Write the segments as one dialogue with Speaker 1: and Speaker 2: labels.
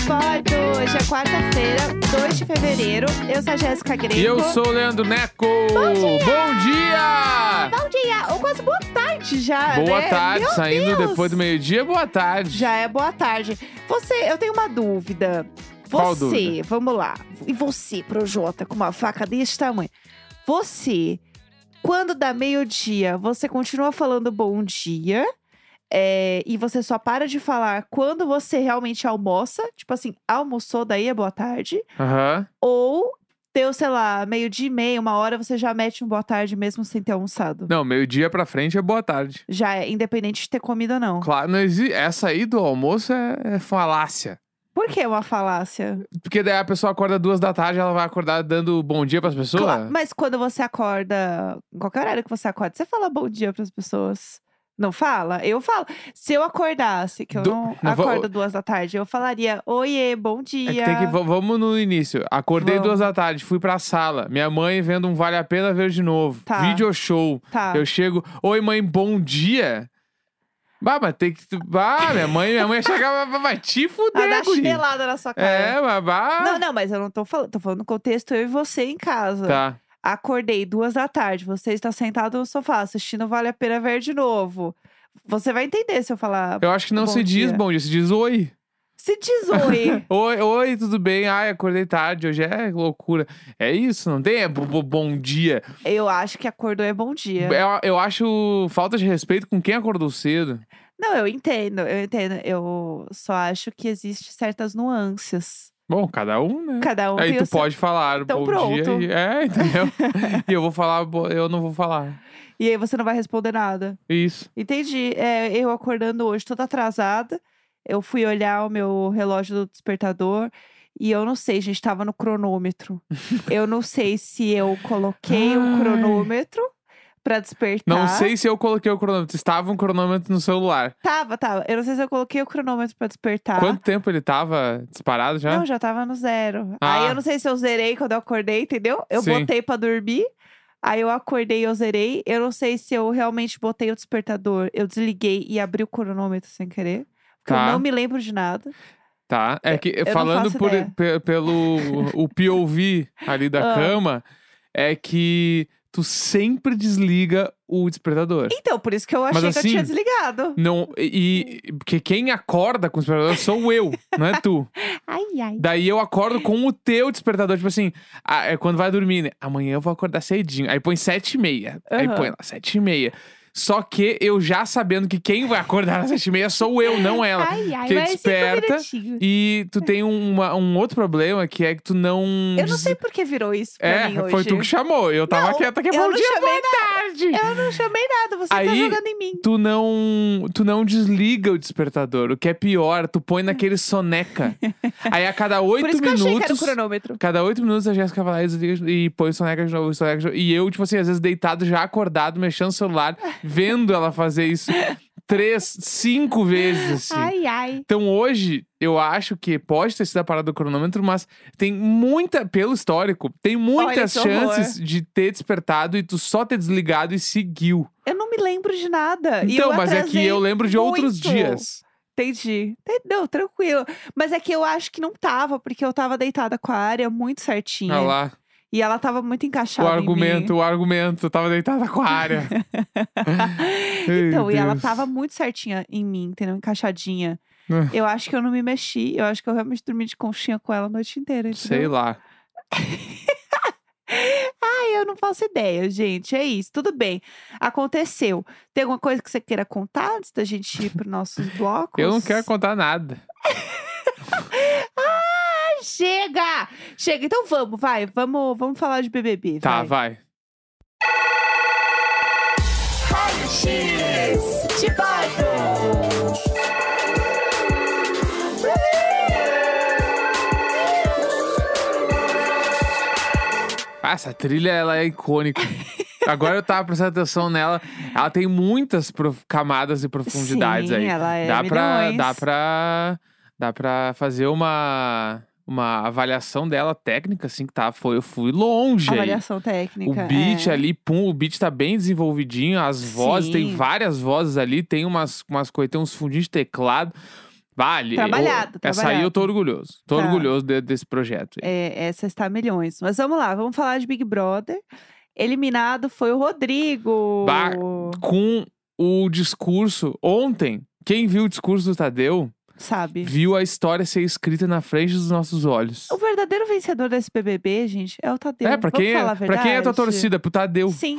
Speaker 1: um Hoje é quarta-feira, 2 de fevereiro. Eu sou a Jéssica Greco.
Speaker 2: E eu sou o Leandro Neco. Bom
Speaker 1: dia!
Speaker 2: dia!
Speaker 1: Bom dia, ou quase boa tarde já,
Speaker 2: Boa
Speaker 1: né?
Speaker 2: tarde,
Speaker 1: Meu
Speaker 2: saindo
Speaker 1: Deus!
Speaker 2: depois do meio-dia, boa tarde.
Speaker 1: Já é boa tarde. Você, eu tenho uma dúvida. Você,
Speaker 2: Qual dúvida?
Speaker 1: vamos lá. E você, Projota, com uma faca desse tamanho. Você, quando dá meio-dia, você continua falando bom dia. é, e você só para de falar quando você realmente almoça. Tipo assim, almoçou, daí é boa tarde.
Speaker 2: Aham.
Speaker 1: Ou deu, sei lá, meio-dia e meia, uma hora, você já mete um boa tarde mesmo sem ter almoçado.
Speaker 2: Não, meio-dia pra frente é boa tarde.
Speaker 1: Já é independente de ter comido ou não.
Speaker 2: Claro, não exi- essa aí do almoço é, é falácia.
Speaker 1: Por que uma falácia?
Speaker 2: Porque daí a pessoa acorda duas da tarde, ela vai acordar dando bom dia pras pessoas.
Speaker 1: Claro, mas quando você acorda, em qualquer horário que você acorda, você fala bom dia pras pessoas. Não fala? Eu falo. Se eu acordasse, que eu
Speaker 2: Do-
Speaker 1: não,
Speaker 2: não vou-
Speaker 1: acordo duas da tarde, eu falaria, oiê, bom dia.
Speaker 2: É que tem que. v- Vamos no início. Acordei
Speaker 1: Vamos.
Speaker 2: duas da tarde, fui pra sala. Minha mãe vendo um Vale a Pena Ver de novo.
Speaker 1: Tá.
Speaker 2: Video show.
Speaker 1: Tá.
Speaker 2: Eu chego, oi mãe, bom dia. Bah, mas tem que. Bah, minha mãe, minha mãe chegava, "Vai- vai te
Speaker 1: Ah, dá
Speaker 2: fuder, guri.
Speaker 1: chinelada na sua cara.
Speaker 2: É, mas bah.
Speaker 1: Não, não, mas eu não tô falando. Tô falando no contexto eu e você em casa.
Speaker 2: Tá.
Speaker 1: Acordei duas da tarde, você está sentado no sofá assistindo Vale a Pena Ver de novo. Você vai entender se eu falar.
Speaker 2: Eu acho que não
Speaker 1: Bom
Speaker 2: se diz
Speaker 1: dia.
Speaker 2: bom dia, se diz oi.
Speaker 1: Se diz oi.
Speaker 2: Oi, oi, tudo bem? Ai, acordei tarde, hoje é loucura. É isso, não tem? É bo- bo- bom dia.
Speaker 1: eu acho que acordou é bom dia.
Speaker 2: Eu, eu acho falta de respeito com quem acordou cedo.
Speaker 1: Não, eu entendo, eu entendo. Eu só acho que existem certas nuances.
Speaker 2: Bom, cada um, né?
Speaker 1: Cada um
Speaker 2: Aí
Speaker 1: tem o
Speaker 2: tu
Speaker 1: seu-
Speaker 2: pode falar
Speaker 1: Então
Speaker 2: bom dia.
Speaker 1: pronto.
Speaker 2: E, é, entendeu? e eu vou falar, bo- eu não vou falar.
Speaker 1: E aí você não vai responder nada.
Speaker 2: Isso.
Speaker 1: Entendi. É, eu acordando hoje toda atrasada. Eu fui olhar o meu relógio do despertador. E eu não sei, gente, tava no cronômetro. eu não sei se eu coloquei o
Speaker 2: Ai.
Speaker 1: cronômetro pra despertar.
Speaker 2: Não sei se eu coloquei o cronômetro. Estava um cronômetro no celular.
Speaker 1: Tava, tava. Eu não sei se eu coloquei o cronômetro pra despertar.
Speaker 2: Quanto tempo ele tava disparado já?
Speaker 1: Tá. Não, já tava no zero. Aí
Speaker 2: Ah.
Speaker 1: eu não sei se eu zerei quando eu acordei, entendeu? Eu
Speaker 2: Sim.
Speaker 1: botei pra dormir. Aí eu acordei e eu zerei. Eu não sei se eu realmente botei o despertador. Eu desliguei e abri o cronômetro sem querer. Porque
Speaker 2: Tá.
Speaker 1: eu não me lembro de nada.
Speaker 2: Tá. É que
Speaker 1: não
Speaker 2: falando
Speaker 1: faço
Speaker 2: por-
Speaker 1: ideia.
Speaker 2: pe- pelo o POV ali da
Speaker 1: Ah.
Speaker 2: cama, é que tu sempre desliga o despertador.
Speaker 1: Então, por isso que eu achei que eu
Speaker 2: assim,
Speaker 1: tinha desligado.
Speaker 2: Não, e, e- porque quem acorda com o despertador sou eu, não é tu.
Speaker 1: Ai, ai.
Speaker 2: Daí eu acordo com o teu despertador, tipo assim, ah, é quando vai dormir, né? Amanhã eu vou acordar cedinho. Aí põe sete e meia. Aí
Speaker 1: Aham.
Speaker 2: põe lá, sete e meia. Só que eu já sabendo que quem vai acordar às sete e meia sou eu, não ela.
Speaker 1: Ai, ai,
Speaker 2: que
Speaker 1: mas é
Speaker 2: desperta
Speaker 1: cinco minutinhos.
Speaker 2: E tu tem uma- um outro problema que é que tu não.
Speaker 1: Eu não sei por que virou isso pra
Speaker 2: É,
Speaker 1: mim hoje.
Speaker 2: foi tu que chamou. Eu tava
Speaker 1: Não,
Speaker 2: quieta que é
Speaker 1: eu
Speaker 2: bom
Speaker 1: não
Speaker 2: dia,
Speaker 1: chamei
Speaker 2: boa tarde.
Speaker 1: Eu não chamei nada, você tá
Speaker 2: Aí-
Speaker 1: jogando em mim.
Speaker 2: Tu não, tu não desliga o despertador, o que é pior, tu põe naquele soneca. Aí a cada oito
Speaker 1: Por isso que eu
Speaker 2: minutos.
Speaker 1: achei que era o cronômetro.
Speaker 2: Cada oito minutos a Jéssica vai lá e desliga e põe o soneca de novo, o soneca de novo. E eu, tipo assim, às vezes deitado, já acordado, mexendo no celular, vendo ela fazer isso três, cinco vezes, assim.
Speaker 1: Ai, ai.
Speaker 2: Então hoje, eu acho que pode ter sido a parada do cronômetro, mas tem muita, pelo histórico, tem muitas
Speaker 1: Olha que é horror.
Speaker 2: chances de ter despertado e tu só ter desligado e seguiu.
Speaker 1: Eu não me lembro de nada. e
Speaker 2: então,
Speaker 1: eu
Speaker 2: mas é que eu
Speaker 1: atrasei
Speaker 2: lembro de outros
Speaker 1: muito.
Speaker 2: dias.
Speaker 1: Entendi. Entendeu? Tranquilo. Mas é que eu acho que não tava, porque eu tava deitada com a área muito certinha.
Speaker 2: Olha Ah lá,
Speaker 1: E ela tava muito encaixada.
Speaker 2: o
Speaker 1: em mim.
Speaker 2: argumento, o argumento. Eu tava deitada com a área. Ei,
Speaker 1: então, e ela
Speaker 2: Deus.
Speaker 1: tava muito certinha em mim, entendeu? Encaixadinha.
Speaker 2: Ah.
Speaker 1: eu acho que eu não me mexi. Eu acho que eu realmente dormi de conchinha com ela a noite inteira.
Speaker 2: Sei
Speaker 1: entendeu?
Speaker 2: lá.
Speaker 1: Ai, eu não faço ideia, gente. É isso. Tudo bem. Aconteceu. Tem alguma coisa que você queira contar antes da gente ir pros nossos blocos?
Speaker 2: Eu não quero contar nada.
Speaker 1: Chega! Chega, então vamos, vai. Vamos, vamos falar de BBB.
Speaker 2: Tá,
Speaker 1: vai.
Speaker 2: vai.
Speaker 1: de bordo.
Speaker 2: Ah, essa trilha, ela é icônica. Agora eu tava prestando atenção nela. Ela tem muitas prof- camadas e profundidades
Speaker 1: Sim,
Speaker 2: aí.
Speaker 1: ela é
Speaker 2: dá pra,
Speaker 1: milhões.
Speaker 2: dá pra, dá pra fazer uma, uma avaliação dela técnica, assim, que tá, foi, eu fui longe aí.
Speaker 1: Avaliação
Speaker 2: O
Speaker 1: técnica.
Speaker 2: beat
Speaker 1: é.
Speaker 2: ali, pum, o beat tá bem desenvolvidinho, as vozes, tem
Speaker 1: Sim.
Speaker 2: várias vozes ali, tem umas, umas coisas, tem uns fundinhos de teclado. Vale.
Speaker 1: Trabalhado,
Speaker 2: Essa aí
Speaker 1: trabalhado.
Speaker 2: eu tô orgulhoso. Tô
Speaker 1: Tá.
Speaker 2: orgulhoso de- desse projeto. aí.
Speaker 1: É, essa está a milhões. Mas vamos lá, vamos falar de Big Brother. Eliminado foi o Rodrigo.
Speaker 2: Bah, Com o discurso. Ontem, quem viu o discurso do Tadeu
Speaker 1: Sabe?
Speaker 2: viu a história ser escrita na frente dos nossos olhos.
Speaker 1: O verdadeiro vencedor desse BBB, gente, é o Tadeu.
Speaker 2: É, pra
Speaker 1: Vamos
Speaker 2: quem,
Speaker 1: falar a
Speaker 2: pra quem é a tua
Speaker 1: verdade?
Speaker 2: torcida? Pro Tadeu.
Speaker 1: Sim.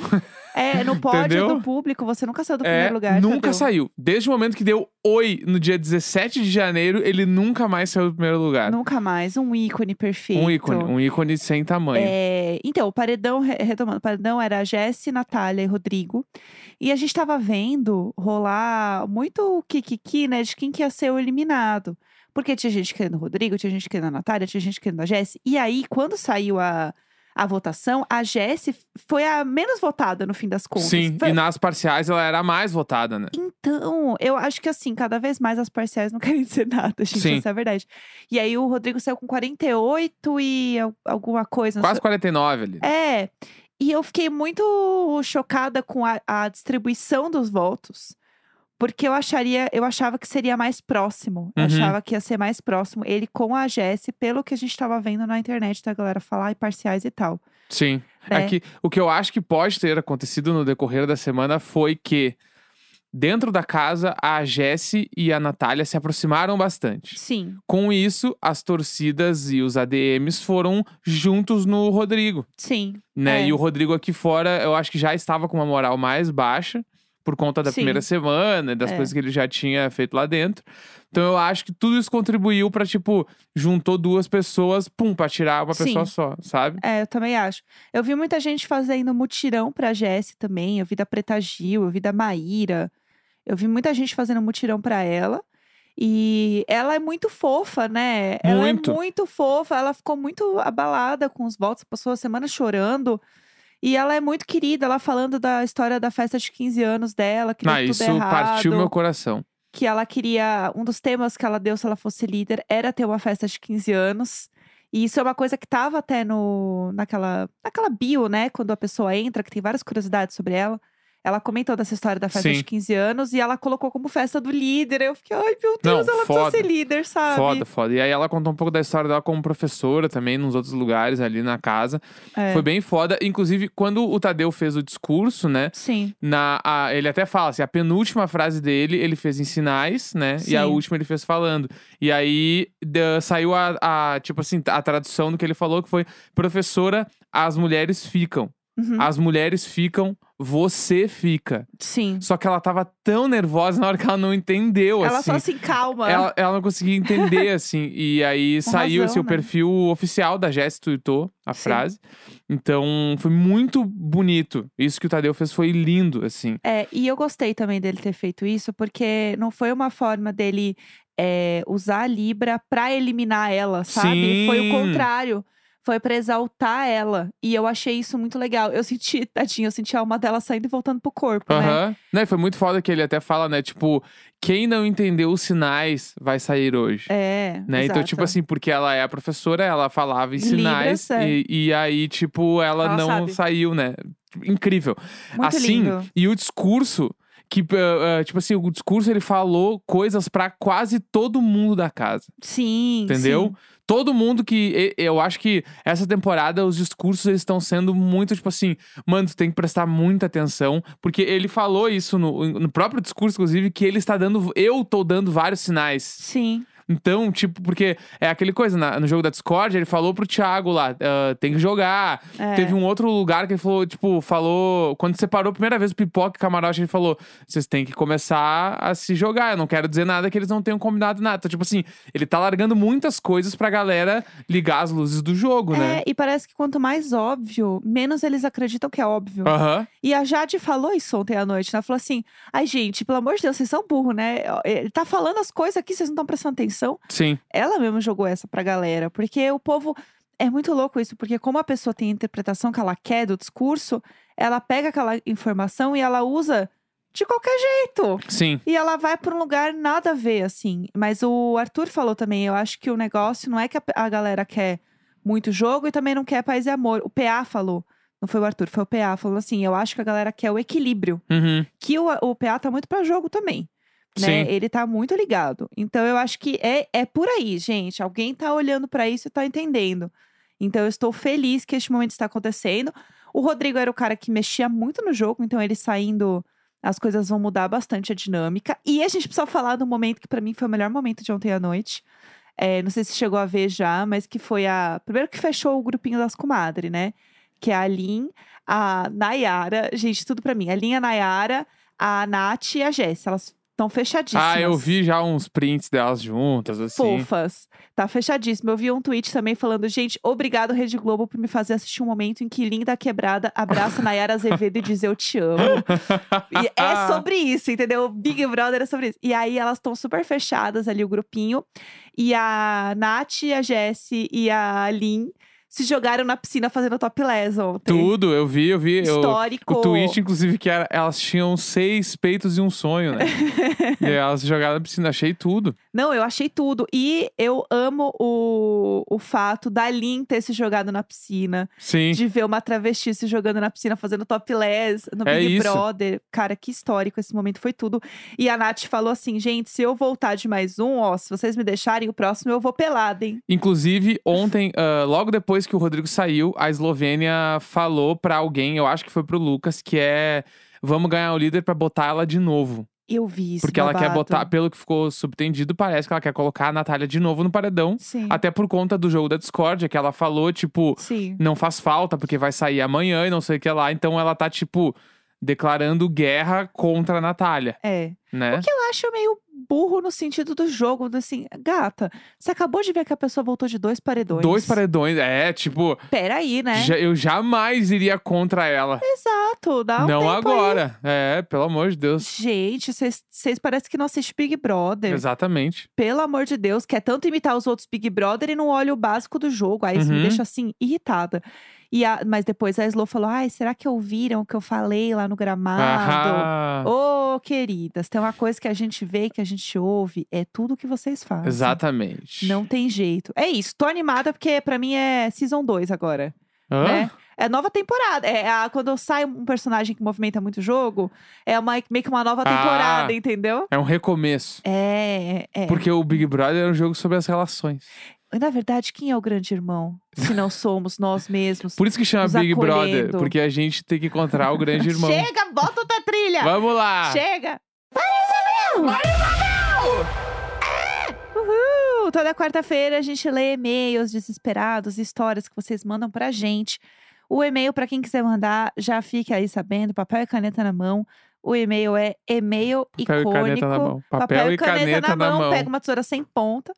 Speaker 1: É, no pódio
Speaker 2: Entendeu?
Speaker 1: do público, você nunca saiu do
Speaker 2: É,
Speaker 1: primeiro lugar.
Speaker 2: nunca
Speaker 1: Tadeu.
Speaker 2: saiu. Desde o momento que deu oi no dia 17 de janeiro, ele nunca mais saiu do primeiro lugar.
Speaker 1: Nunca mais. Um ícone perfeito.
Speaker 2: um ícone, um ícone sem tamanho.
Speaker 1: É, então, o paredão, re- retomando, o paredão era Jesse, Natália e Rodrigo. E a gente tava vendo rolar muito o kikiki, né, de quem que ia ser o eliminado. Porque tinha gente querendo o Rodrigo, tinha gente querendo a Natália, tinha gente querendo a Jesse. E aí, quando saiu a, a votação, a Jesse foi a menos votada no fim das contas.
Speaker 2: Sim,
Speaker 1: Foi-
Speaker 2: e nas parciais ela era a mais votada, né?
Speaker 1: Então, eu acho que assim, cada vez mais as parciais não querem dizer nada, gente,
Speaker 2: Sim.
Speaker 1: essa é a verdade. E aí o Rodrigo saiu com 48 e al- alguma coisa. não
Speaker 2: Quase 49 ali. né?
Speaker 1: é. E eu fiquei muito chocada com a, a distribuição dos votos. Porque eu acharia, eu achava que seria mais próximo. Eu
Speaker 2: Uhum.
Speaker 1: achava que ia ser mais próximo ele com a Jesse, pelo que a gente tava vendo na internet da galera falar e parciais e tal.
Speaker 2: Sim.
Speaker 1: né?
Speaker 2: É que o que eu acho que pode ter acontecido no decorrer da semana foi que, dentro da casa, a Jesse e a Natália se aproximaram bastante.
Speaker 1: Sim,
Speaker 2: Com isso, as torcidas e os ADMs foram juntos no Rodrigo,
Speaker 1: sim.
Speaker 2: né?
Speaker 1: É.
Speaker 2: E o Rodrigo aqui fora, eu acho que já estava com uma moral mais baixa por conta da
Speaker 1: Sim.
Speaker 2: primeira semana, das
Speaker 1: É.
Speaker 2: coisas que ele já tinha feito lá dentro. Então eu acho que tudo isso contribuiu pra tipo juntou duas pessoas, pum, pra tirar uma
Speaker 1: Sim.
Speaker 2: pessoa só, sabe?
Speaker 1: É, eu também acho. Eu vi muita gente fazendo mutirão pra Jesse também. Eu vi da Preta Gil, eu vi da Maíra. Eu vi muita gente fazendo mutirão pra ela. E ela é muito fofa, né? Ela é
Speaker 2: Muito.
Speaker 1: muito fofa. Ela ficou muito abalada com os votos. Passou a semana chorando. E ela é muito querida. Ela falando da história da festa de 15 anos dela, que
Speaker 2: Ah,
Speaker 1: deu tudo
Speaker 2: isso
Speaker 1: errado
Speaker 2: partiu meu coração.
Speaker 1: que ela queria. Um dos temas que ela deu se ela fosse líder era ter uma festa de 15 anos. E isso é uma coisa que tava até no, naquela, naquela bio, né? Quando a pessoa entra, que tem várias curiosidades sobre ela. Ela comentou dessa história da festa
Speaker 2: Sim.
Speaker 1: de 15 anos e ela colocou como festa do líder. Eu fiquei, ai meu
Speaker 2: Não,
Speaker 1: Deus, ela precisa
Speaker 2: foda.
Speaker 1: ser líder, sabe?
Speaker 2: Foda, foda. E aí ela contou um pouco da história dela como professora também, nos outros lugares ali na casa.
Speaker 1: É.
Speaker 2: Foi bem foda. Inclusive, quando o Tadeu fez o discurso, né?
Speaker 1: Sim,
Speaker 2: Na, a- ele até fala assim, a penúltima frase dele ele fez em sinais, né? E a
Speaker 1: Sim.
Speaker 2: última ele fez falando. E aí da- saiu a, a, tipo assim, a tradução do que ele falou, que foi: professora, as mulheres ficam.
Speaker 1: uhum,
Speaker 2: As mulheres ficam, você fica.
Speaker 1: sim.
Speaker 2: Só que ela tava tão nervosa na hora que ela não entendeu,
Speaker 1: Ela
Speaker 2: assim.
Speaker 1: só assim, calma.
Speaker 2: Ela, ela não conseguia entender, assim. E aí
Speaker 1: Com
Speaker 2: saiu
Speaker 1: razão,
Speaker 2: assim, o
Speaker 1: né?
Speaker 2: perfil oficial da Jess tweetou a
Speaker 1: Sim.
Speaker 2: frase. Então, foi muito bonito. Isso que o Tadeu fez foi lindo, assim.
Speaker 1: É, e eu gostei também dele ter feito isso, porque não foi uma forma dele é, usar a Libra pra eliminar ela, sabe? Foi o
Speaker 2: Sim.
Speaker 1: contrário. Foi pra exaltar ela. E eu achei isso muito legal. Eu senti, tadinha, eu senti a alma dela saindo e voltando pro corpo, né?
Speaker 2: Aham. Né? Foi muito foda que ele até fala, né? Tipo, quem não entendeu os sinais vai sair hoje.
Speaker 1: É.
Speaker 2: Né? Então,
Speaker 1: exato.
Speaker 2: tipo assim, porque ela é a professora, ela falava em
Speaker 1: Libras,
Speaker 2: sinais.
Speaker 1: é.
Speaker 2: e, e aí, tipo, ela,
Speaker 1: Ela
Speaker 2: não
Speaker 1: sabe.
Speaker 2: saiu, né? Incrível.
Speaker 1: Muito
Speaker 2: assim,
Speaker 1: lindo.
Speaker 2: E o discurso, que, eh, eh, tipo assim, o discurso ele falou coisas pra quase todo mundo da casa,
Speaker 1: Sim.
Speaker 2: entendeu?
Speaker 1: sim.
Speaker 2: Todo mundo que. e- Eu acho que essa temporada, os discursos eles estão sendo muito, tipo assim, mano, tu tem que prestar muita atenção, porque ele falou isso no, no próprio discurso, inclusive, que ele está dando. Eu tô dando vários sinais.
Speaker 1: Sim.
Speaker 2: Então, tipo, porque é aquele coisa, na- no jogo da Discord, ele falou pro Thiago lá, "Ah, tem que jogar.
Speaker 1: É.
Speaker 2: Teve um outro lugar que ele falou, tipo, falou. Quando separou a primeira vez o pipoca e camarote, ele falou: vocês têm que começar a se jogar. Eu não quero dizer nada que eles não tenham combinado nada. Então, tipo assim, ele tá largando muitas coisas pra galera ligar as luzes do jogo, né?
Speaker 1: É, e parece que quanto mais óbvio, menos eles acreditam que é óbvio.
Speaker 2: Aham.
Speaker 1: E a Jade falou isso ontem à noite, né? Ela falou assim: ai, gente, pelo amor de Deus, vocês são burros, né? Ele tá falando as coisas aqui, vocês não estão prestando atenção.
Speaker 2: Sim.
Speaker 1: Ela mesma jogou essa pra galera, porque o povo. É muito louco isso, porque como a pessoa tem a interpretação que ela quer do discurso, ela pega aquela informação e ela usa de qualquer jeito.
Speaker 2: Sim.
Speaker 1: E ela vai pra um lugar nada a ver, assim. Mas o Arthur falou também, eu acho que o negócio não é que a, a galera quer muito jogo e também não quer paz e amor. O PA falou, não foi o Arthur, foi o PA, falou assim, eu acho que a galera quer o equilíbrio.
Speaker 2: Uhum.
Speaker 1: Que o, o PA tá muito pra jogo também. né?
Speaker 2: Sim.
Speaker 1: Ele tá muito ligado. Então eu acho que é, é por aí, gente. Alguém tá olhando pra isso e tá entendendo. Então eu estou feliz que este momento está acontecendo. O Rodrigo era o cara que mexia muito no jogo, então ele saindo, as coisas vão mudar bastante a dinâmica. E a gente precisa falar do momento que pra mim foi o melhor momento de ontem à noite. É, não sei se chegou a ver já, mas que foi a. Primeiro que fechou o grupinho das comadres, né? Que é a Lin, a Nayara. Gente, tudo pra mim. A Lin, a Nayara, a Nath e a Jéssica. Elas estão fechadíssimas.
Speaker 2: Ah, eu vi já uns prints delas juntas, assim.
Speaker 1: Fofas. Tá fechadíssimo. Eu vi um tweet também falando, gente, obrigado Rede Globo por me fazer assistir um momento em que linda quebrada abraça Nayara Azevedo e diz eu te amo. E é sobre isso, entendeu? O Big Brother é sobre isso. E aí elas estão super fechadas ali, o grupinho. E a Nath, a Jessie e a Lin se jogaram na piscina fazendo topless ontem.
Speaker 2: Tudo, eu vi, eu vi. Eu,
Speaker 1: Histórico.
Speaker 2: O tweet, inclusive, que era- elas tinham seis peitos e um sonho, né? e aí elas jogaram na piscina, achei tudo.
Speaker 1: Não, eu achei tudo. E eu amo o, o fato da Lin ter se jogado na piscina.
Speaker 2: Sim.
Speaker 1: de ver uma travesti se jogando na piscina, fazendo topless no
Speaker 2: É
Speaker 1: Big
Speaker 2: isso.
Speaker 1: Brother. Cara, que histórico esse momento, foi tudo. E a Nath falou assim, gente, se eu voltar de mais um, ó, se vocês me deixarem, o próximo eu vou pelada, hein?
Speaker 2: Inclusive, ontem, ah, logo depois que o Rodrigo saiu, a Eslovênia falou pra alguém, eu acho que foi pro Lucas, que é vamos ganhar o líder pra botar ela de novo.
Speaker 1: Eu vi isso,
Speaker 2: Porque ela quer botar, pelo que ficou subtendido, parece que ela quer colocar a Natália de novo no paredão.
Speaker 1: Sim,
Speaker 2: Até por conta do jogo da discórdia, que ela falou, tipo,
Speaker 1: sim.
Speaker 2: não faz falta, porque vai sair amanhã e não sei o que lá. Então ela tá, tipo, declarando guerra contra a Natália,
Speaker 1: É.
Speaker 2: né?
Speaker 1: O que eu acho meio burro no sentido do jogo, do assim, gata, você acabou de ver que a pessoa voltou de dois paredões.
Speaker 2: Dois paredões, é, tipo,
Speaker 1: Peraí, né?
Speaker 2: já- eu jamais iria contra ela.
Speaker 1: Exato, dá um
Speaker 2: não
Speaker 1: tempo aí.
Speaker 2: agora. É, pelo amor de Deus.
Speaker 1: Gente, vocês vocês parecem que não assistem Big Brother.
Speaker 2: Exatamente.
Speaker 1: pelo amor de Deus, quer tanto imitar os outros Big Brother e não olha o básico do jogo. Aí isso
Speaker 2: Uhum.
Speaker 1: me deixa assim, irritada. E a- mas depois a Slow falou: ai, será que ouviram o que eu falei lá no gramado?
Speaker 2: Ahá.
Speaker 1: Ô, queridas, tem uma coisa que a gente vê, que a gente ouve, é tudo que vocês fazem.
Speaker 2: Exatamente.
Speaker 1: Não tem jeito. É isso, tô animada porque pra mim é Season 2 agora.
Speaker 2: Hã?
Speaker 1: né? É nova temporada. É a- quando sai um personagem que movimenta muito o jogo, é uma, meio que uma nova
Speaker 2: Ah.
Speaker 1: temporada, entendeu?
Speaker 2: É um recomeço.
Speaker 1: É, é.
Speaker 2: Porque o Big Brother é um jogo sobre as relações.
Speaker 1: Na verdade, quem é o grande irmão? Se não somos nós mesmos.
Speaker 2: Por isso que chama
Speaker 1: Nos
Speaker 2: Big Brother,
Speaker 1: acolhendo.
Speaker 2: porque a gente tem que encontrar o grande irmão. Ah.
Speaker 1: Chega, bota outra trilha!
Speaker 2: Vamos lá!
Speaker 1: Chega! É! Uhul! Toda quarta-feira a gente lê e-mails desesperados, histórias que vocês mandam pra gente. O e-mail, pra quem quiser mandar, já fique aí sabendo, papel e caneta na mão. O e-mail é e-mail
Speaker 2: Papel
Speaker 1: icônico.
Speaker 2: e caneta na mão. Papel,
Speaker 1: papel
Speaker 2: e caneta, na mão.
Speaker 1: Pega uma tesoura sem ponta.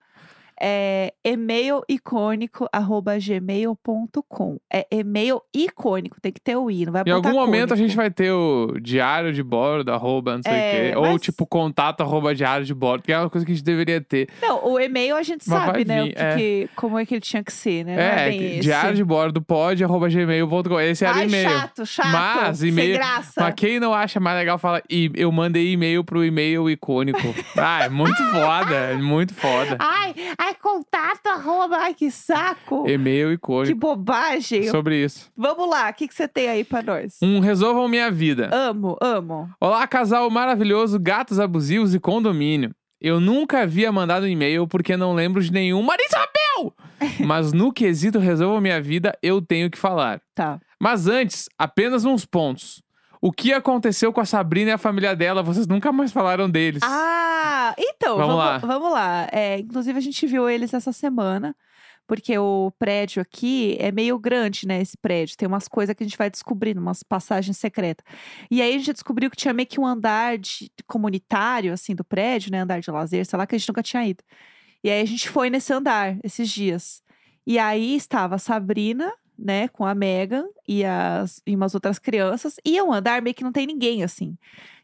Speaker 1: É e-mail icônico arroba gmail.com. É e-mail icônico, tem que ter o i, não vai
Speaker 2: Em
Speaker 1: botar
Speaker 2: algum momento a
Speaker 1: cônico.
Speaker 2: gente vai ter o diário de bordo, arroba, não sei
Speaker 1: É,
Speaker 2: o quê. Ou
Speaker 1: mas-
Speaker 2: tipo contato, arroba, diário de bordo, que é uma coisa que a gente deveria ter.
Speaker 1: Não, o e-mail a gente
Speaker 2: Mas vai
Speaker 1: sabe, né? o
Speaker 2: vir,
Speaker 1: que
Speaker 2: é.
Speaker 1: que- como é que ele tinha que ser, né? não é
Speaker 2: é,
Speaker 1: bem esse.
Speaker 2: diário de bordo pode, arroba, gmail.com. Esse era o
Speaker 1: Ai,
Speaker 2: e-mail.
Speaker 1: chato, chato.
Speaker 2: Mas
Speaker 1: Sem
Speaker 2: e-mail-
Speaker 1: graça.
Speaker 2: Mas quem não acha mais legal, fala, "Ih, eu mandei e-mail pro e-mail icônico. ah, é muito foda, é muito foda.
Speaker 1: Ai, ai, contato, arroba. Ai, que saco.
Speaker 2: E-mail
Speaker 1: Que
Speaker 2: icônico.
Speaker 1: bobagem.
Speaker 2: Sobre isso.
Speaker 1: Vamos lá, o que que você tem aí pra nós?
Speaker 2: Um Resolvam Minha
Speaker 1: Ah.
Speaker 2: Vida.
Speaker 1: Amo, amo.
Speaker 2: Olá, casal maravilhoso, gatos abusivos e condomínio. Eu nunca havia mandado um e-mail porque não lembro de nenhum. Marisabel! Mas no quesito Resolva Minha Vida, eu tenho que falar.
Speaker 1: Tá.
Speaker 2: Mas antes, apenas uns pontos. O que aconteceu com a Sabrina e a família dela? Vocês nunca mais falaram deles.
Speaker 1: Ah, então,
Speaker 2: Vamos
Speaker 1: vamos,
Speaker 2: lá.
Speaker 1: vamos lá. É, inclusive, a gente viu eles essa semana, porque o prédio aqui é meio grande, né? Esse prédio. Tem umas coisas que a gente vai descobrindo, umas passagens secretas. E aí a gente descobriu que tinha meio que um andar de- comunitário, assim, do prédio, né? Andar de lazer, sei lá, que a gente nunca tinha ido. E aí a gente foi nesse andar esses dias. E aí estava a Sabrina, né, com a Megan e, as, e umas outras crianças. E é um andar meio que não tem ninguém, assim.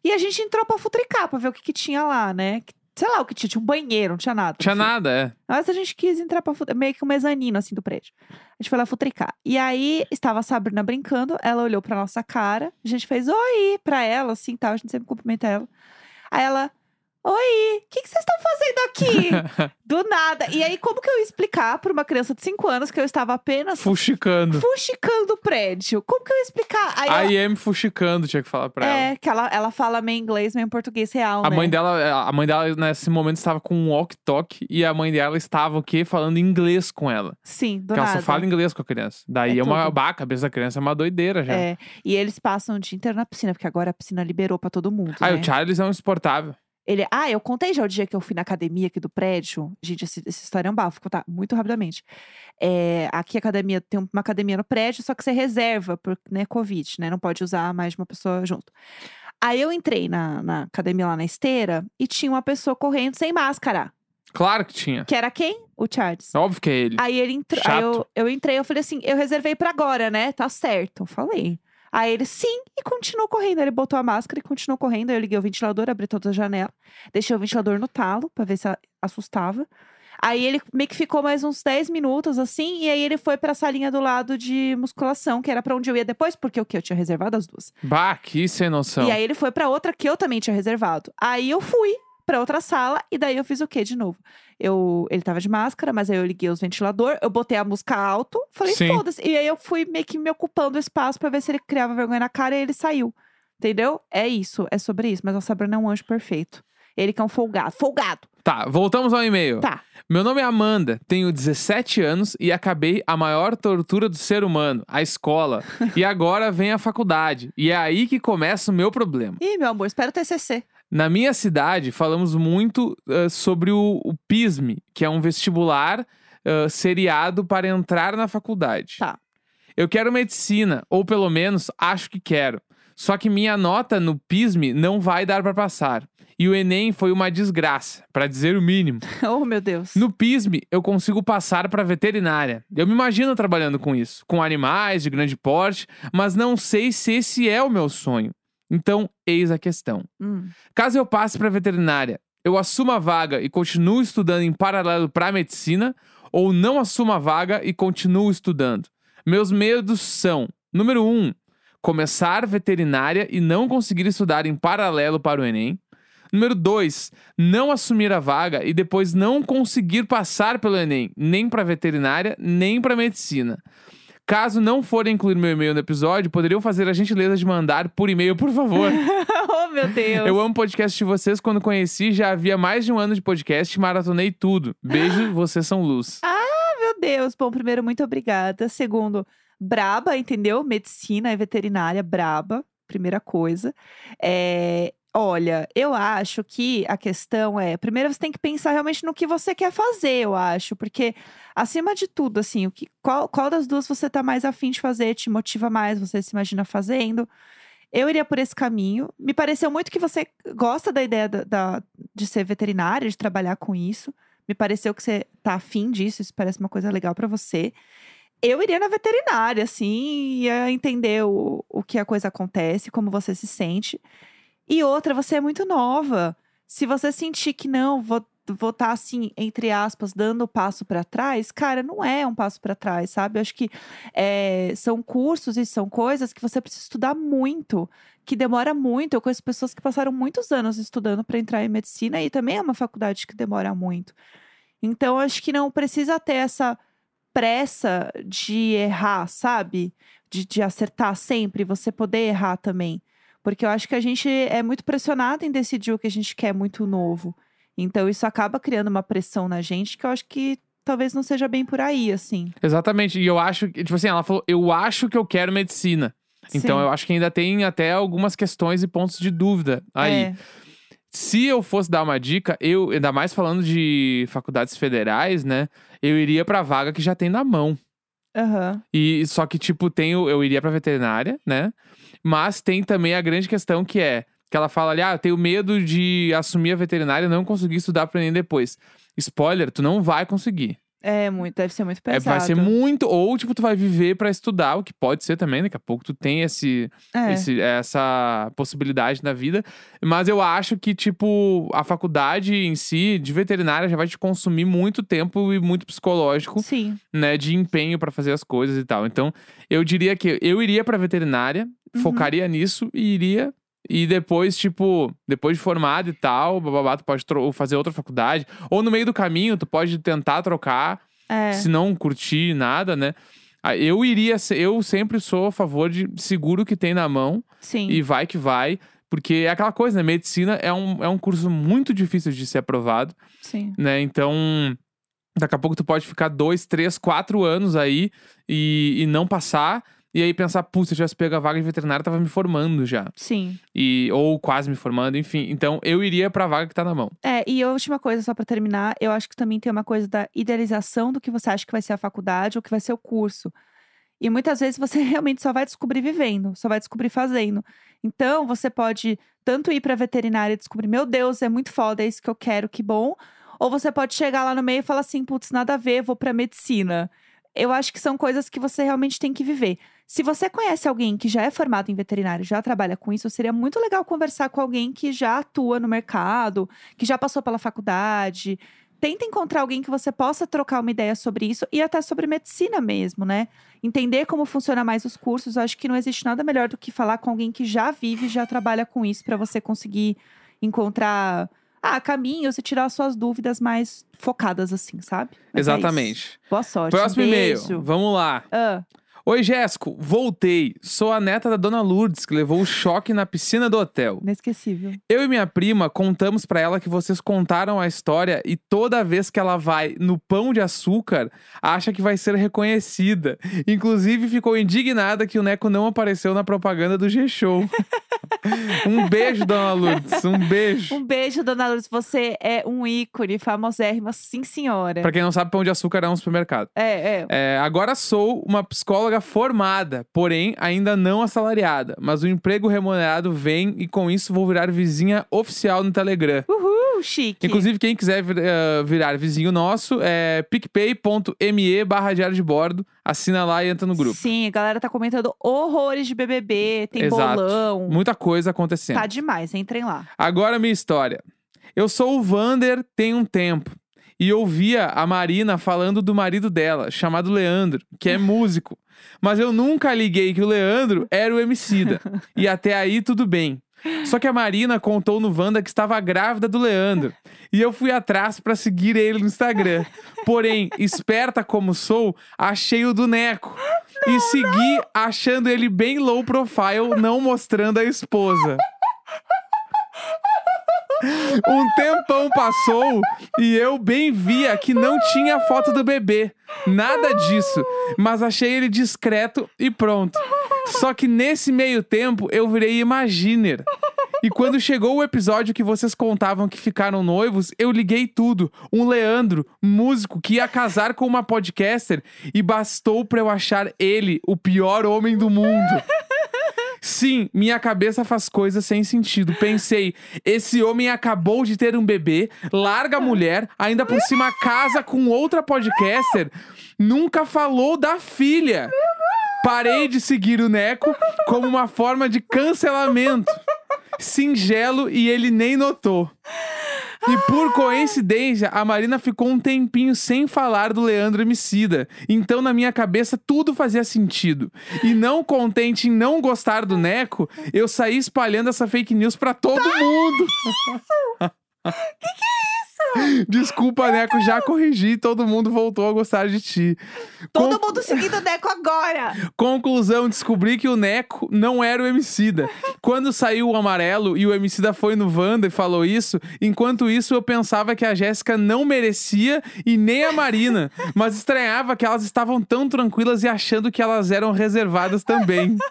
Speaker 1: E a gente entrou pra futricar, pra ver o que, que tinha lá, né? Que- Sei lá o que tinha, tinha um banheiro, não tinha nada.
Speaker 2: Tinha
Speaker 1: assim.
Speaker 2: nada, é.
Speaker 1: Mas a gente quis entrar pra fut- meio que um mezanino, assim, do prédio. A gente foi lá futricar. E aí, estava a Sabrina brincando, ela olhou pra nossa cara, a gente fez oi pra ela, assim, tal, a gente sempre cumprimenta ela. Aí ela, Oi, o que que vocês estão fazendo aqui? Do nada. E aí, como que eu ia explicar pra uma criança de 5 anos que eu estava apenas
Speaker 2: Fuxicando.
Speaker 1: fuxicando o prédio? Como que eu ia explicar? Aí ela-
Speaker 2: I am fuxicando, tinha que falar pra ela.
Speaker 1: É, que ela, ela fala meio inglês, meio português real,
Speaker 2: A
Speaker 1: né?
Speaker 2: mãe dela, a mãe dela nesse momento estava com um walk-talk e a mãe dela estava o quê? Falando inglês com ela.
Speaker 1: Sim, do
Speaker 2: Porque ela
Speaker 1: nada.
Speaker 2: só fala inglês com a criança. Daí
Speaker 1: É
Speaker 2: é, uma
Speaker 1: tudo.
Speaker 2: bah, a cabeça da criança é uma doideira já.
Speaker 1: É, e eles passam o dia inteiro na piscina, porque agora a piscina liberou pra todo mundo,
Speaker 2: Ah,
Speaker 1: né?
Speaker 2: o Charles é um insuportável.
Speaker 1: Ele, ah, eu contei já o dia que eu fui na academia aqui do prédio. Gente, esse- essa história é um bafo, vou contar muito rapidamente. É, aqui a academia tem uma academia no prédio, só que você reserva, por, né, Covid, né? Não pode usar mais de uma pessoa junto. Aí eu entrei na, na academia lá na esteira e tinha uma pessoa correndo sem máscara.
Speaker 2: Claro que tinha.
Speaker 1: Que era quem? O Charles.
Speaker 2: É Óbvio que é ele.
Speaker 1: Aí ele entrou. Aí eu,
Speaker 2: Chato.
Speaker 1: eu entrei, eu falei assim, eu reservei pra agora, né? Tá certo. Eu falei. Aí ele sim, e continuou correndo. Ele botou a máscara e continuou correndo. Aí eu liguei o ventilador, abri todas as janelas, deixei o ventilador no talo pra ver se a- assustava. Aí ele meio que ficou mais uns 10 minutos assim, e aí ele foi pra salinha do lado de musculação, que era pra onde eu ia depois, porque o que eu tinha reservado as duas.
Speaker 2: Bah, que sem noção.
Speaker 1: E aí ele foi pra outra que eu também tinha reservado. Aí eu fui pra outra sala e daí eu fiz o quê de novo? Eu, ele tava de máscara, mas aí eu liguei os ventilador, eu botei a música alto, falei
Speaker 2: Sim.
Speaker 1: foda-se. E aí eu fui meio que me ocupando o espaço pra ver se ele criava vergonha na cara e ele saiu. Entendeu? É isso, é sobre isso, mas a Sabrina é um anjo perfeito. Ele que é um folgado, folgado.
Speaker 2: Tá, voltamos ao e-mail.
Speaker 1: Tá.
Speaker 2: Meu nome é Amanda, tenho 17 anos e acabei a maior tortura do ser humano, a escola. e agora vem a faculdade. E é aí que começa o meu problema.
Speaker 1: Ih, meu amor, espero o TCC.
Speaker 2: Na minha cidade, falamos muito eh, sobre o, o PISME, que é um vestibular eh, seriado para entrar na faculdade.
Speaker 1: Tá.
Speaker 2: Eu quero medicina, ou pelo menos acho que quero. Só que minha nota no PISME não vai dar para passar. E o Enem foi uma desgraça, para dizer o mínimo.
Speaker 1: oh, meu Deus.
Speaker 2: No PISME, eu consigo passar para veterinária. Eu me imagino trabalhando com isso, com animais de grande porte, mas não sei se esse é o meu sonho. Então, eis a questão.
Speaker 1: Hum.
Speaker 2: Caso eu passe para veterinária, eu assuma a vaga e continuo estudando em paralelo para medicina ou não assuma a vaga e continuo estudando? Meus medos são: número 1, um, começar veterinária e não conseguir estudar em paralelo para o ENEM. Número 2, não assumir a vaga e depois não conseguir passar pelo ENEM, nem para veterinária, nem para medicina. Caso não forem incluir meu e-mail no episódio, poderiam fazer a gentileza de mandar por e-mail, por favor.
Speaker 1: oh, meu Deus.
Speaker 2: Eu amo o podcast de vocês. Quando conheci, já havia mais de um ano de podcast, maratonei tudo. Beijo, vocês são luz.
Speaker 1: Meu Deus. Bom, primeiro, muito obrigada. Segundo, braba, entendeu? Medicina e veterinária, braba. Primeira coisa. É, olha, eu acho que a questão é... Primeiro, você tem que pensar realmente no que você quer fazer, eu acho. Porque, acima de tudo, assim, o que, qual, qual das duas você tá mais afim de fazer? Te motiva mais? Você se imagina fazendo? Eu iria por esse caminho. Me pareceu muito que você gosta da ideia da- da, de ser veterinária, de trabalhar com isso. Me pareceu que você tá afim disso, isso parece uma coisa legal pra você. Eu iria na veterinária, assim, ia entender o, o que a coisa acontece, como você se sente. E outra, você é muito nova. Se você sentir que não, vou vou tá, assim, entre aspas, dando o passo pra trás, cara, não é um passo pra trás, sabe? Eu acho que é, são cursos e são coisas que você precisa estudar muito, que demora muito. Eu conheço pessoas que passaram muitos anos estudando pra entrar em medicina e também é uma faculdade que demora muito. Então, acho que não precisa ter essa pressa de errar, sabe? De, de acertar sempre, você poder errar também. Porque eu acho que a gente é muito pressionado em decidir o que a gente quer muito novo. Então, isso acaba criando uma pressão na gente que eu acho que talvez não seja bem por aí, assim.
Speaker 2: Exatamente. E eu acho que, tipo assim, ela falou: eu acho que eu quero medicina. Então
Speaker 1: Sim.
Speaker 2: eu acho que ainda tem até algumas questões e pontos de dúvida aí.
Speaker 1: É,
Speaker 2: Se eu fosse dar uma dica, eu, ainda mais falando de faculdades federais, né? Eu iria pra vaga que já tem na mão.
Speaker 1: É. aham.
Speaker 2: E só que, tipo, tem o, eu iria pra veterinária, né? Mas tem também a grande questão que é que ela fala ali: ah, eu tenho medo de assumir a veterinária e não conseguir estudar pra Enem depois. Spoiler, tu não vai conseguir.
Speaker 1: É muito, deve ser muito
Speaker 2: É,
Speaker 1: pesado.
Speaker 2: vai ser muito. Ou, tipo, tu vai viver pra estudar, o que pode ser também, daqui a pouco tu tem esse,
Speaker 1: É.
Speaker 2: esse- essa possibilidade na vida. Mas eu acho que, tipo, a faculdade em si, de veterinária, já vai te consumir muito tempo e muito psicológico
Speaker 1: Sim.
Speaker 2: né, de empenho pra fazer as coisas e tal. Então, eu diria que eu iria pra veterinária,
Speaker 1: Uhum.
Speaker 2: focaria nisso e iria E depois, tipo, depois de formado e tal, bababá, tu pode tro- fazer outra faculdade. Ou no meio do caminho, tu pode tentar trocar,
Speaker 1: É.
Speaker 2: se não curtir nada, né? Ah, Eu iria, se- eu sempre sou a favor de seguro o que tem na mão
Speaker 1: Sim.
Speaker 2: e vai que vai. Porque é aquela coisa, né? Medicina é um, é um curso muito difícil de ser aprovado,
Speaker 1: Sim.
Speaker 2: né? Então, daqui a pouco tu pode ficar dois, três, quatro anos aí e, e não passar. E aí pensar, putz, se eu tivesse pego a vaga de veterinário, tava me formando já.
Speaker 1: Sim.
Speaker 2: E, ou quase me formando, enfim. Então, eu iria pra vaga que tá na mão.
Speaker 1: É, e a última coisa, só pra terminar, eu acho que também tem uma coisa da idealização do que você acha que vai ser a faculdade ou que vai ser o curso. E muitas vezes você realmente só vai descobrir vivendo, só vai descobrir fazendo. Então, você pode tanto ir pra veterinária e descobrir, meu Deus, é muito foda, é isso que eu quero, que bom. Ou você pode chegar lá no meio e falar assim, putz, nada a ver, vou pra medicina. Eu acho que são coisas que você realmente tem que viver. Se você conhece alguém que já é formado em veterinário, já trabalha com isso, seria muito legal conversar com alguém que já atua no mercado, que já passou pela faculdade. Tenta encontrar alguém que você possa trocar uma ideia sobre isso e até sobre medicina mesmo, né? Entender como funciona mais os cursos. Eu acho que não existe nada melhor do que falar com alguém que já vive, já trabalha com isso, para você conseguir encontrar ah, caminhos e tirar suas dúvidas mais focadas, assim, sabe? Mas é isso.
Speaker 2: Exatamente.
Speaker 1: Boa sorte.
Speaker 2: Próximo
Speaker 1: um
Speaker 2: e-mail.
Speaker 1: beijo.
Speaker 2: Vamos lá.
Speaker 1: Ah,
Speaker 2: Oi, Jéssico. Voltei. Sou a neta da dona Lourdes, que levou o choque na piscina do hotel.
Speaker 1: inesquecível.
Speaker 2: Eu e minha prima contamos pra ela que vocês contaram a história e toda vez que ela vai no pão de açúcar, acha que vai ser reconhecida. Inclusive, ficou indignada que o Neco não apareceu na propaganda do G-Show. um beijo, dona Lourdes. Um beijo.
Speaker 1: Um beijo, dona Lourdes. Você é um ícone, famosérrima, sim, senhora.
Speaker 2: Pra quem não sabe, pão de açúcar é um supermercado.
Speaker 1: É, é.
Speaker 2: É, agora sou uma psicóloga formada, porém ainda não assalariada. Mas o emprego remunerado vem e com isso vou virar vizinha oficial no Telegram.
Speaker 1: Uhul, Uh, chique.
Speaker 2: Inclusive, quem quiser vir- eh, virar vizinho nosso, é picpay.me barra diário de bordo. Assina lá e entra no grupo.
Speaker 1: Sim, a galera tá comentando horrores de BBB, tem
Speaker 2: Exato.
Speaker 1: bolão.
Speaker 2: Muita coisa acontecendo.
Speaker 1: Tá demais, entrem lá.
Speaker 2: Agora minha história. Eu sou o Vander tem um tempo. E ouvia a Marina falando do marido dela, chamado Leandro, que é músico. Mas eu nunca liguei que o Leandro era o Emicida. E até aí tudo bem. Só que a Marina contou no Wanda que estava grávida do Leandro. E eu fui atrás pra seguir ele no Instagram. Porém, esperta como sou, achei o do Neco. e segui achando ele bem low profile, não mostrando a esposa. Um tempão passou e eu bem via que não tinha foto do bebê. Nada disso. Mas achei ele discreto e pronto. Só que nesse meio tempo eu virei Imaginer. E quando chegou o episódio que vocês contavam que ficaram noivos, eu liguei tudo. Um Leandro, músico, que ia casar com uma podcaster e bastou pra eu achar ele o pior homem do mundo. Sim, minha cabeça faz coisas sem sentido. Pensei, esse homem acabou de ter um bebê, larga a mulher, ainda por cima casa com outra podcaster, nunca falou da filha. Parei de seguir o Neco como uma forma de cancelamento. Singelo e ele nem notou. E por coincidência, a Marina ficou um tempinho sem falar do Leandro Emicida. Então, na minha cabeça, tudo fazia sentido. E não contente em não gostar do Neco, eu saí espalhando essa fake news pra todo mundo. Desculpa, Neco, já corrigi. Todo mundo voltou a gostar de ti.
Speaker 1: Todo mundo seguindo o Deco agora!
Speaker 2: Conclusão, descobri que o Neco não era o Emicida. Quando saiu o amarelo e o Emicida foi no Wanda e falou isso, enquanto isso eu pensava que a Jéssica não merecia e nem a Marina, mas estranhava que elas estavam tão tranquilas e achando que elas eram reservadas também.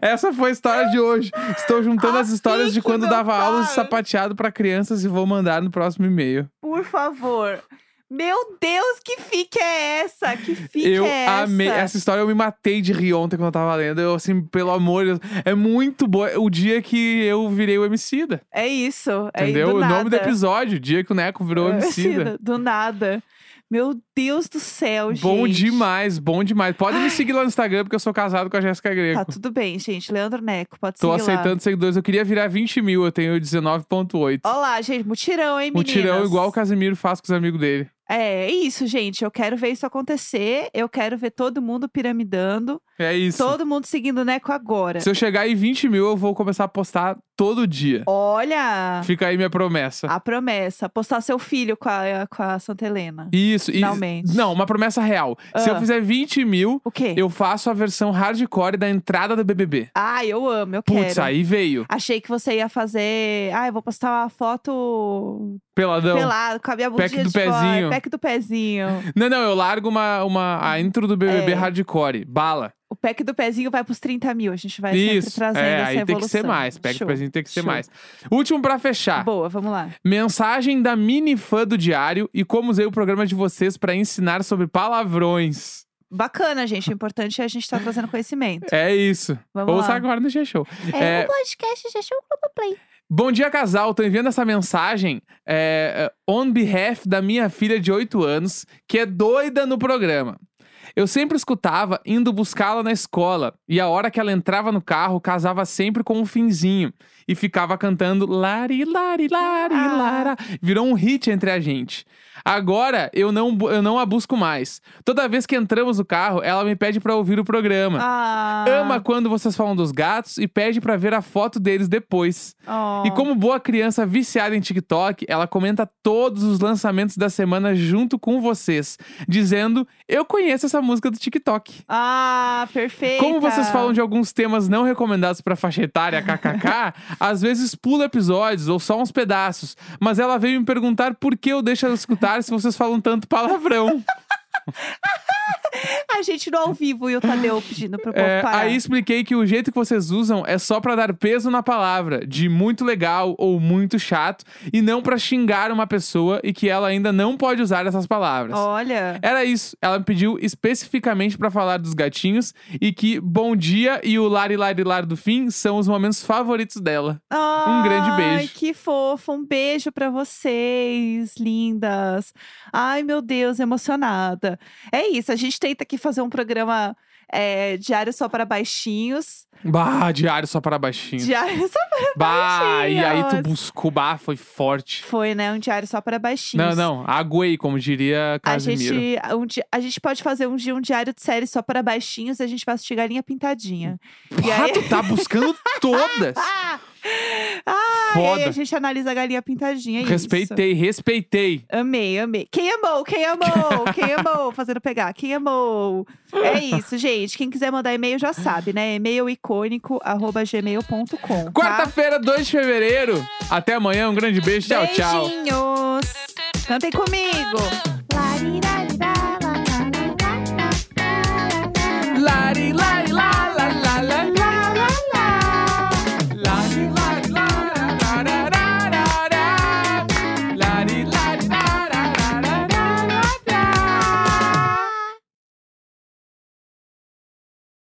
Speaker 2: Essa foi a história de hoje. Estou juntando
Speaker 1: Ah,
Speaker 2: as histórias de
Speaker 1: fique,
Speaker 2: quando
Speaker 1: meu
Speaker 2: dava aula de
Speaker 1: pai.
Speaker 2: sapateado para crianças e vou mandar no próximo e-mail.
Speaker 1: Por favor. Meu Deus, que fique é essa? Que fique
Speaker 2: eu
Speaker 1: é essa?
Speaker 2: amei. Essa história eu me matei de rir ontem quando eu tava lendo. Eu, assim, pelo amor de Deus. É muito boa. O dia que eu virei o Emicida.
Speaker 1: É isso.
Speaker 2: entendeu?
Speaker 1: É do
Speaker 2: o
Speaker 1: nada.
Speaker 2: nome do episódio. O dia que o Neco virou o Emicida.
Speaker 1: Do nada. Meu Deus do céu, Oh, gente.
Speaker 2: Bom demais, bom demais. Podem me seguir lá no Instagram, porque eu sou casado com a Jéssica Greco.
Speaker 1: Tá tudo bem, gente. Leandro Neco, pode
Speaker 2: Tô
Speaker 1: seguir
Speaker 2: aceitando seguidores. Eu queria virar 20 mil, eu tenho 19,8.
Speaker 1: lá. Olá, gente. Mutirão, hein, meninas?
Speaker 2: Mutirão igual o Casimiro faz com os amigos dele.
Speaker 1: É, é isso, gente. Eu quero ver isso acontecer. Eu quero ver todo mundo piramidando.
Speaker 2: É isso.
Speaker 1: Todo mundo seguindo o Neco agora.
Speaker 2: Se eu chegar em 20 mil, eu vou começar a postar todo dia.
Speaker 1: Olha!
Speaker 2: Fica aí minha promessa.
Speaker 1: A promessa. Postar seu filho com a, com a Santa Helena.
Speaker 2: Isso. e-
Speaker 1: Finalmente.
Speaker 2: Não, uma promessa real. Se eu
Speaker 1: Ah.
Speaker 2: fizer 20 mil,
Speaker 1: O quê?
Speaker 2: eu faço a versão hardcore da entrada do BBB.
Speaker 1: Ah, eu amo, eu
Speaker 2: Putz,
Speaker 1: quero.
Speaker 2: aí veio.
Speaker 1: Achei que você ia fazer. Ah, eu vou postar uma foto
Speaker 2: Peladão.
Speaker 1: pelado com a minha bundinha
Speaker 2: pack do
Speaker 1: de fora,
Speaker 2: pezinho.
Speaker 1: pack do pezinho.
Speaker 2: Não, não, eu largo uma, uma, a intro do BBB
Speaker 1: É.
Speaker 2: hardcore. Bala.
Speaker 1: O pack do pezinho vai pros 30 mil. A gente vai sempre
Speaker 2: Isso.
Speaker 1: trazendo
Speaker 2: é,
Speaker 1: essa
Speaker 2: aí tem que ser
Speaker 1: evolução.
Speaker 2: mais. Pega
Speaker 1: Show.
Speaker 2: o presente, tem que ser
Speaker 1: Show.
Speaker 2: mais. Último pra fechar.
Speaker 1: Boa, vamos lá.
Speaker 2: Mensagem da mini fã do diário e como usei o programa de vocês pra ensinar sobre palavrões.
Speaker 1: Bacana, gente. O importante é a gente estar trazendo conhecimento.
Speaker 2: É isso.
Speaker 1: Vamos
Speaker 2: Ouça
Speaker 1: lá.
Speaker 2: agora no G-Show. É,
Speaker 1: o podcast já chegou no Play.
Speaker 2: Bom dia, casal. Tô enviando essa mensagem é, é, on behalf da minha filha de 8 anos, que é doida no programa. Eu sempre escutava indo buscá-la na escola, e a hora que ela entrava no carro, casava sempre com um finzinho e ficava cantando lari, lari, lari,
Speaker 1: Ah.
Speaker 2: lara. Virou um hit entre a gente. Agora eu não, bu- eu não a busco mais. Toda vez que entramos no carro, ela me pede pra ouvir o programa.
Speaker 1: Ah,
Speaker 2: Ama quando vocês falam dos gatos e pede pra ver a foto deles depois.
Speaker 1: oh.
Speaker 2: E como boa criança viciada em TikTok, ela comenta todos os lançamentos da semana junto com vocês, dizendo: "Eu conheço essa música do TikTok".
Speaker 1: Ah, perfeito.
Speaker 2: Como vocês falam de alguns temas não recomendados pra faixa etária KKK, às vezes pula episódios ou só uns pedaços, mas ela veio me perguntar por que eu deixo ela escutar se vocês falam tanto palavrão.
Speaker 1: A gente no ao vivo e o Tadeu pedindo pro povo
Speaker 2: É,
Speaker 1: parar.
Speaker 2: aí expliquei que o jeito que vocês usam é só pra dar peso na palavra, de muito legal ou muito chato, e não pra xingar uma pessoa e que ela ainda não pode usar essas palavras.
Speaker 1: Olha.
Speaker 2: Era isso. Ela me pediu especificamente pra falar dos gatinhos e que bom dia e o lari lari lar do fim são os momentos favoritos dela. Um grande
Speaker 1: Ai,
Speaker 2: beijo.
Speaker 1: que fofo. Um beijo pra vocês, lindas. Ai, meu Deus, emocionada. É isso, a gente tenta aqui fazer um programa é, diário só para baixinhos.
Speaker 2: Bah, diário só para baixinho.
Speaker 1: Diário só
Speaker 2: bah, e aí tu
Speaker 1: baixinhos.
Speaker 2: buscou, bah, foi forte.
Speaker 1: foi, né? Um diário só para
Speaker 2: Não,
Speaker 1: baixinhos.
Speaker 2: não, aguei, como diria
Speaker 1: A
Speaker 2: Casimiro.
Speaker 1: gente, um di- a gente pode fazer um dia um diário de série só para baixinhos e a gente vai assistir Galinha Pintadinha. E
Speaker 2: Pá,
Speaker 1: aí-
Speaker 2: tu tá buscando todas.
Speaker 1: Ah! Ah, E aí
Speaker 2: Foda.
Speaker 1: a gente analisa a Galinha Pintadinha. é isso.
Speaker 2: Respeitei, respeitei.
Speaker 1: Amei, amei. Quem amou? Quem amou? Quem amou? Fazendo pegar. Quem amou? É isso, gente. Quem quiser mandar e-mail já sabe, né? E-mail icônico, arroba gmail.com. tá?
Speaker 2: Quarta-feira, 2 de fevereiro. Até amanhã, um grande beijo. Tchau, tchau.
Speaker 1: Beijinhos. Cantem comigo.